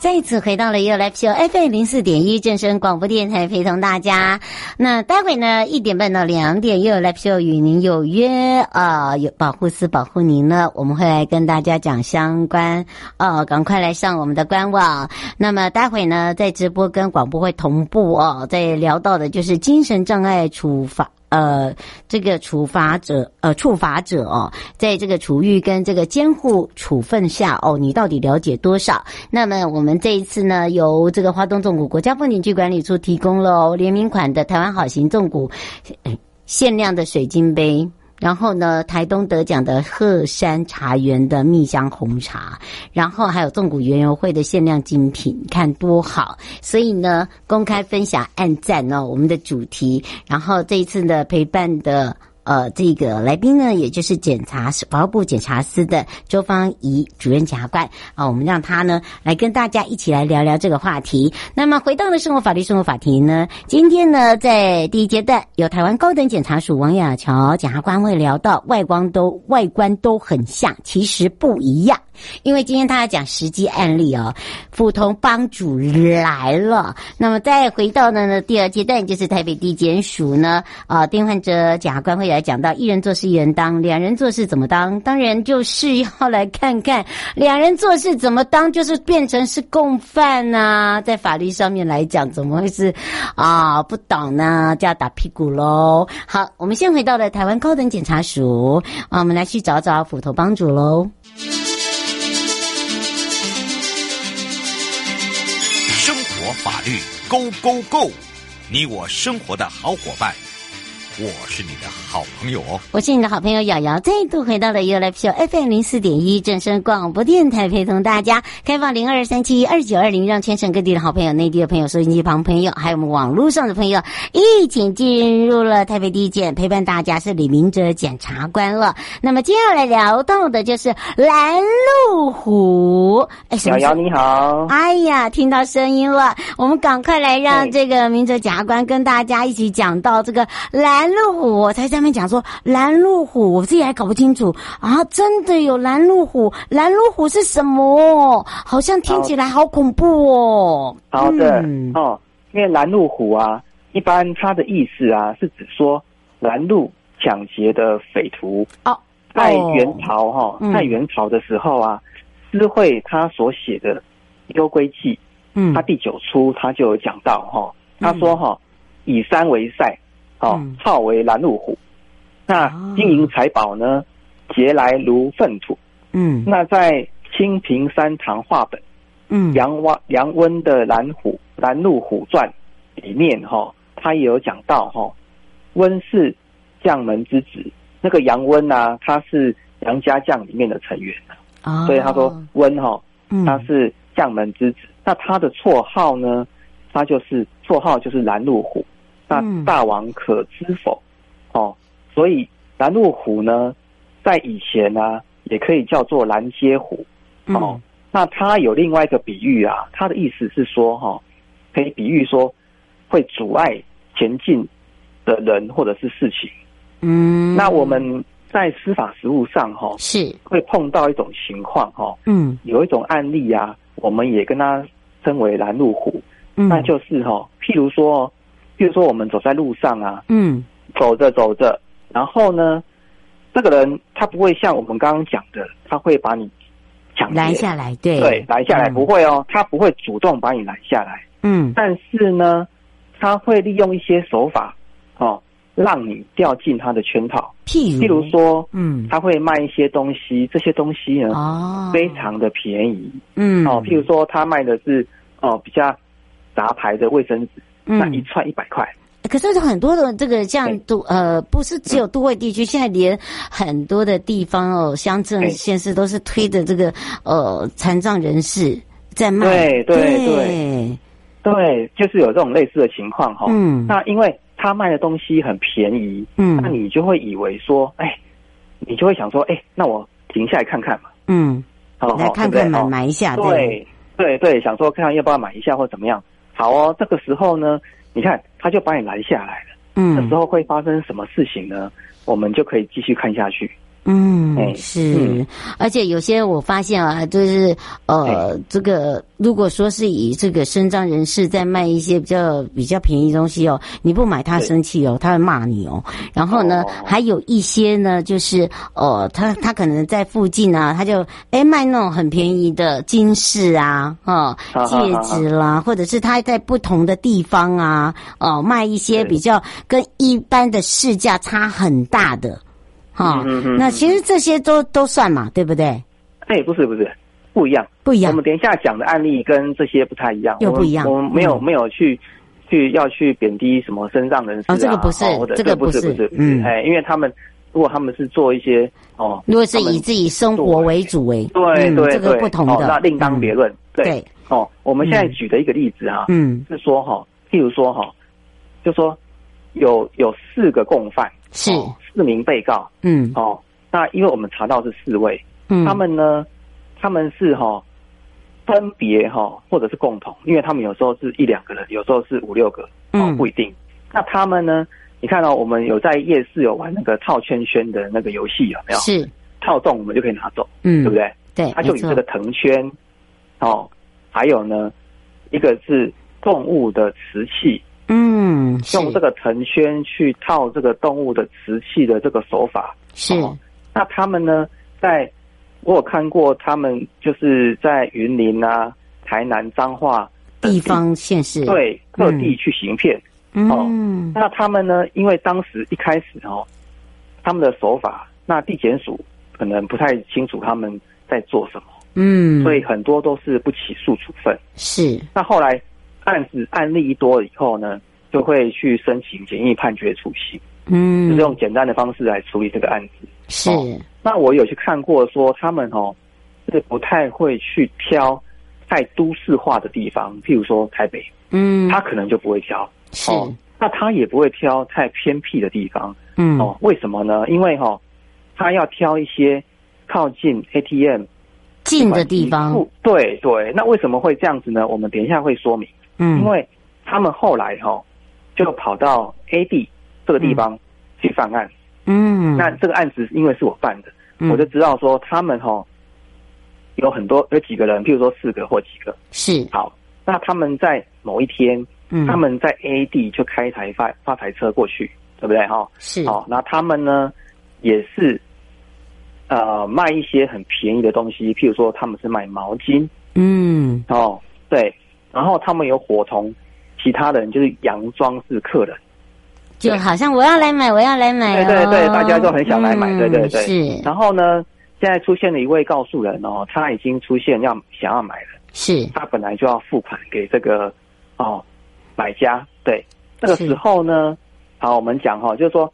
再次回到了 You Live Show FM 零四点一正声广播电台，陪同大家。那待会呢，一点半到两点，You Live Show 与您有约啊、呃有保护司保护您呢，我们会来跟大家讲相关哦、呃赶快来上我们的官网。那么待会呢，在直播跟广播会同步哦，在聊到的就是精神障碍处罚。呃，这个处罚者，呃，处罚者哦，在这个处遇跟这个监护处分下哦，你到底了解多少？那么我们这一次呢，由这个华东纵谷国家风景区管理处提供了哦联名款的台湾好行纵谷呃限量的水晶杯。然后呢，台东得奖的鹤山茶园的蜜香红茶，然后还有纵谷园游会的限量精品，看多好！所以呢，公开分享、按赞哦，我们的主题。然后这一次的陪伴的呃，这个来宾呢，也就是检察法务部检察司的周芳怡主任检察官啊，我们让他呢来跟大家一起来聊聊这个话题。那么回到了生活法律生活法庭呢，今天呢在第一阶段，有台湾高等检察署王亚乔检察官会聊到外观都外观都很像，其实不一样。因为今天他要讲实际案例哦，普通帮主来了。那么再回到呢呢第二阶段，就是台北地检署呢，呃，丁患者检察官会来讲到一人做事一人当，两人做事怎么当？当然就是要来看看两人做事怎么当，就是变成是共犯呐、在法律上面来讲，怎么会是啊、不懂呢？就要打屁股喽。好，我们先回到了台湾高等检察署啊，我们来去找找斧头帮主喽。生活法律 Go Go Go，你我生活的好伙伴，我是你的好朋友哦。我是你的好朋友瑶瑶，再度回到了 U Live Show FM 零四点一正声广播电台，陪同大家开放零二三七二九二零，让全省各地的好朋友、内地的朋友、收音机旁朋友，还有我们网络上的朋友，一起进入了台北地检，陪伴大家是李明哲检察官了。那么接下来聊到的就是拦路虎，哎，什瑶么瑶你好，哎呀，听到声音了，我们赶快来让这对个明哲检察官跟大家一起讲到这个拦路虎。我才在那边讲说拦路虎，我自己还搞不清楚啊，真的有拦路虎，拦路虎是什么？好像听起来好恐怖哦。好的、嗯哦，因为拦路虎啊，一般它的意思啊是指说拦路抢劫的匪徒。哦，在哦元朝哈、嗯在元朝的时候啊，知会他所写的《幽归记》，嗯他第九出他就有讲到哈、他说哈、以山为塞，哦嗯，号为拦路虎。那哦金银财宝呢，劫来如粪土。嗯那在《清平山堂话本》嗯杨汪杨温的《蓝虎蓝鹿虎传》里面哈、他也有讲到哈、温是将门之子，那个杨温啊，他是杨家将里面的成员，啊所以他说温哈、嗯他是将门之子。那他的绰号呢，他就是绰号就是拦路虎。那嗯大王可知否？哦，所以拦路虎呢，在以前呢、也可以叫做拦截虎。哦嗯，那它有另外一个比喻啊，它的意思是说哈、可以比喻说会阻碍前进的人或者是事情。嗯那我们在司法实务上哈、是会碰到一种情况哈、嗯有一种案例啊，我们也跟它称为拦路虎，嗯那就是哈、譬如说，譬如说我们走在路上啊，嗯走着走着，然后呢，这个人他不会像我们刚刚讲的，他会把你抢劫拦下来对对，拦下来嗯不会哦，他不会主动把你拦下来，嗯但是呢，他会利用一些手法，哦，让你掉进他的圈套。譬如，譬如，说，嗯，他会卖一些东西，这些东西呢哦，非，常的便宜嗯，哦。譬如说，他卖的是哦比较杂牌的卫生纸，那一嗯，串一百块。可是很多的这个像对都呃，不是只有都会地区，现在连很多的地方哦，乡镇、对县市都是推的这个呃残障人士在卖，对对对，对，就是有这种类似的情况哈、嗯，哦那因为他卖的东西很便宜，那嗯你就会以为说，哎，你就会想说，哎，那我停下来看看嘛，嗯，好不来好？看对看不对买哦买一下，对对对，想说看看要不要买一下或怎么样。好哦，这个时候呢，你看他就把你拦下来了。这嗯时，候会发生什么事情呢？我们就可以继续看下去。嗯，哎是嗯，而且有些我发现啊，就是哎呃，这个如果说是以这个身障人士在卖一些比较比较便宜的东西哦，你不买他对生气哦，他会骂你哦。然后呢哦，还有一些呢，就是呃，他他可能在附近啊，他就哎卖那种很便宜的金饰啊，哦，啊戒指啦，或者是他在不同的地方啊，哦，卖一些对比较跟一般的市价差很大的。哈、嗯嗯嗯那其实这些都都算嘛，对不对？哎，不是不是，不一样。不一我样们，等一下讲的案例跟这些不太一样，又我们不一样我们没有、嗯没有去去要去贬低什么身障人士啊，哦这个不是哦或者这个对不不是不是，不嗯哎，因为他们如果他们是做一些哦，如果是他们以自己生活为主为，对嗯对对，这个不同的，哦，那另当别嗯论。对对，哦，我们现在举的一个例子啊，嗯，是说哈，譬如说哈，就说有有四个共犯，是，哦四名被告嗯哦。那因为我们查到是四位，嗯，他们呢，他们是哈、分别哈、或者是共同，因为他们有时候是一两个人，有时候是五六个，哦嗯，不一定。那他们呢？你看到、哦我们有在夜市有玩那个套圈圈的那个游戏，有没有？是，套中我们就可以拿走，嗯，对不？对？对，它就没以错这个藤圈，哦，还有呢，一个是动物的瓷器，嗯，是用这个藤圈去套这个动物的瓷器的这个手法。是，哦那他们呢，在我有看过，他们就是在云林啊、台南、彰化等地方县市，，对哦各嗯地去行骗。嗯，那他们呢，因为当时一开始哦，他们的手法，那地检署可能不太清楚他们在做什么，嗯，所以很多都是不起诉处分。是，那后来案子案例一多以后呢，就会去申请简易判决处刑，就嗯，是用简单的方式来处理这个案子。是，哦那我有去看过说，他们哦是不太会去挑太都市化的地方，譬如说台北，嗯，他可能就不会挑是，哦。那他也不会挑太偏僻的地方嗯，哦，为什么呢？因为哦，他要挑一些靠近 ATM 近的地方，不对对。那为什么会这样子呢？我们等一下会说明。嗯，因为他们后来哈、就跑到 A 地这个地方去犯案。嗯，那这个案子因为是我办的，嗯我就知道说他们哈、有很多有几个人，譬如说四个或几个。是，好，那他们在某一天，嗯，他们在 A 地就开一台发发财车过去，对不对哈、是，好，那他们呢也是。呃，卖一些很便宜的东西，譬如说他们是卖毛巾，嗯，哦，对，然后他们有伙同其他人，就是佯装是客人，就好像我要来买，我要来买、哦，对对对，大家都很想来买，嗯对对对。是然后呢，现在出现了一位告诉人哦，他已经出现要想要买了，是，他本来就要付款给这个哦买家，对，这个是时候呢，好，我们讲哈、哦，就是说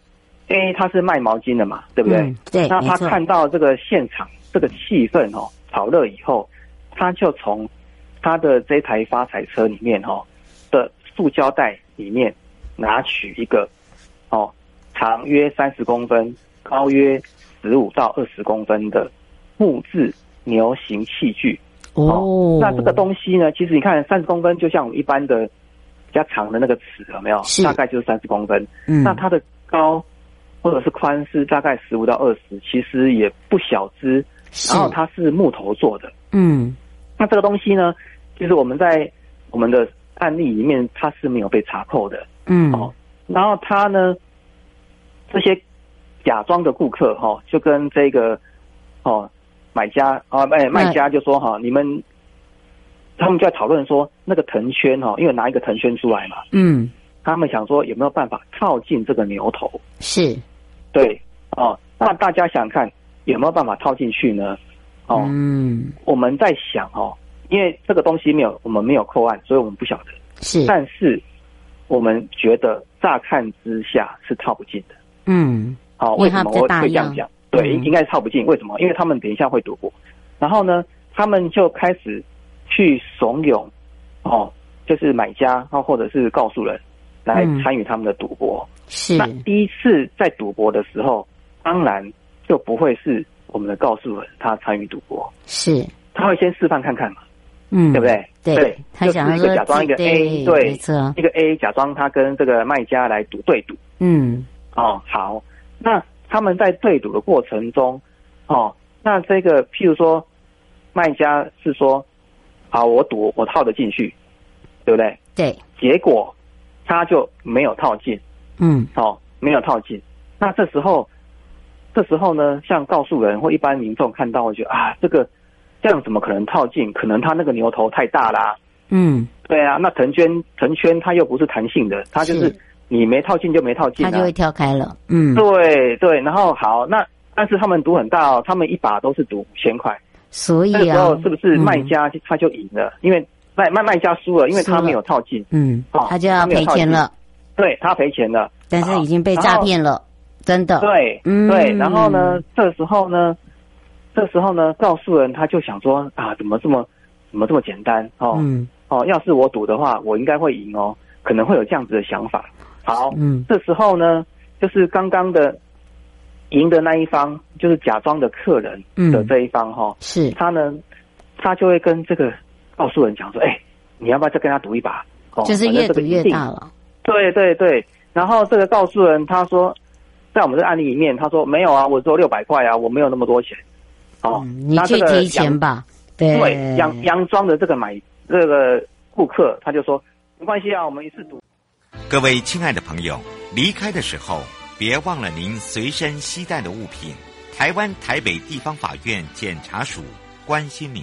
，A 他是卖毛巾的嘛，对不对？嗯对，那没他错看到这个现场这个气氛哦，炒热以后，他就从他的这台发财车里面哦的塑胶袋里面拿取一个哦长约三十公分、高约十五到二十公分的木质牛形器具。哦，那这个东西呢，其实你看三十公分，就像我们一般的比较长的那个尺有没有是？大概就是三十公分。嗯，那它的高或者是宽是大概十五到二十，其实也不小只。是然后它是木头做的。嗯那这个东西呢，其实我们在我们的案例里面它是没有被查扣的。嗯哦然后它呢，这些假装的顾客哈、哦，就跟这个哦买家啊，哎卖家就说哈、你们。他们就在讨论说，那个藤圈哦，因为拿一个藤圈出来嘛，嗯他们想说有没有办法靠近这个牛头？是，对，哦，那大家想看有没有办法套进去呢？哦，嗯，我们在想哦，因为这个东西没有，我们没有扣案，所以我们不晓得。是，但是我们觉得乍看之下是套不进的。嗯，好、因为为他什比么较我大会这样样讲？对，嗯应该是套不进。为什么？因为他们等一下会躲过。然后呢，他们就开始去怂恿，哦，就是买家，哦，或者是告诉人来嗯参与他们的赌博。是那，第一次在赌博的时候，当然就不会是我们的告诉人他参与赌博，是，他会先示范看看嘛，嗯，对不？对？对，他就想是要一说个假装一个自 A，没对，错，一个 A 假装他跟这个卖家来赌对赌。嗯，哦，好，那他们在对赌的过程中，哦，那这个譬如说，卖家是说，好，我赌我套得进去，对不对？对，结果他就没有套进，嗯，哦，没有套进。那这时候，这时候呢，像告诉人或一般民众看到，会觉得啊，这个这样怎么可能套进？可能他那个牛头太大啦、嗯，对啊，那藤圈藤圈它又不是弹性的，它就是是你没套进就没套进、他啊，就会跳开了，嗯，对对，然后好，那但是他们赌很大哦，他们一把都是赌五千块，所那个以时啊候，是不是卖嗯？家就他就赢了？因为卖卖卖家输了，因为输他了没有套进，嗯，哦他就要赔钱了，对他赔钱了。但是好已经被诈骗了，真的，对嗯对，然后呢，这时候呢，这时候呢，告诉人他就想说啊，怎么这么怎么这么简单哦嗯哦，要是我赌的话，我应该会赢哦，可能会有这样子的想法。好，嗯，这时候呢，就是刚刚的赢的那一方，就是假装的客人的嗯这一方哈、是，他呢，他就会跟这个告诉人讲说，哎、你要不要再跟他赌一把？哦，就是越反正这赌个越一定大。了，对对对，然后这个告诉人他说，在我们这个案例里面，他说没有啊，我只有六百块啊，我没有那么多钱。哦，嗯你那去这个提钱佯吧，对，对，佯佯装的这个买这个顾客，他就说没关系啊，我们一次赌。各位亲爱的朋友，离开的时候别忘了您随身携带的物品。台湾台北地方法院检察署关心您。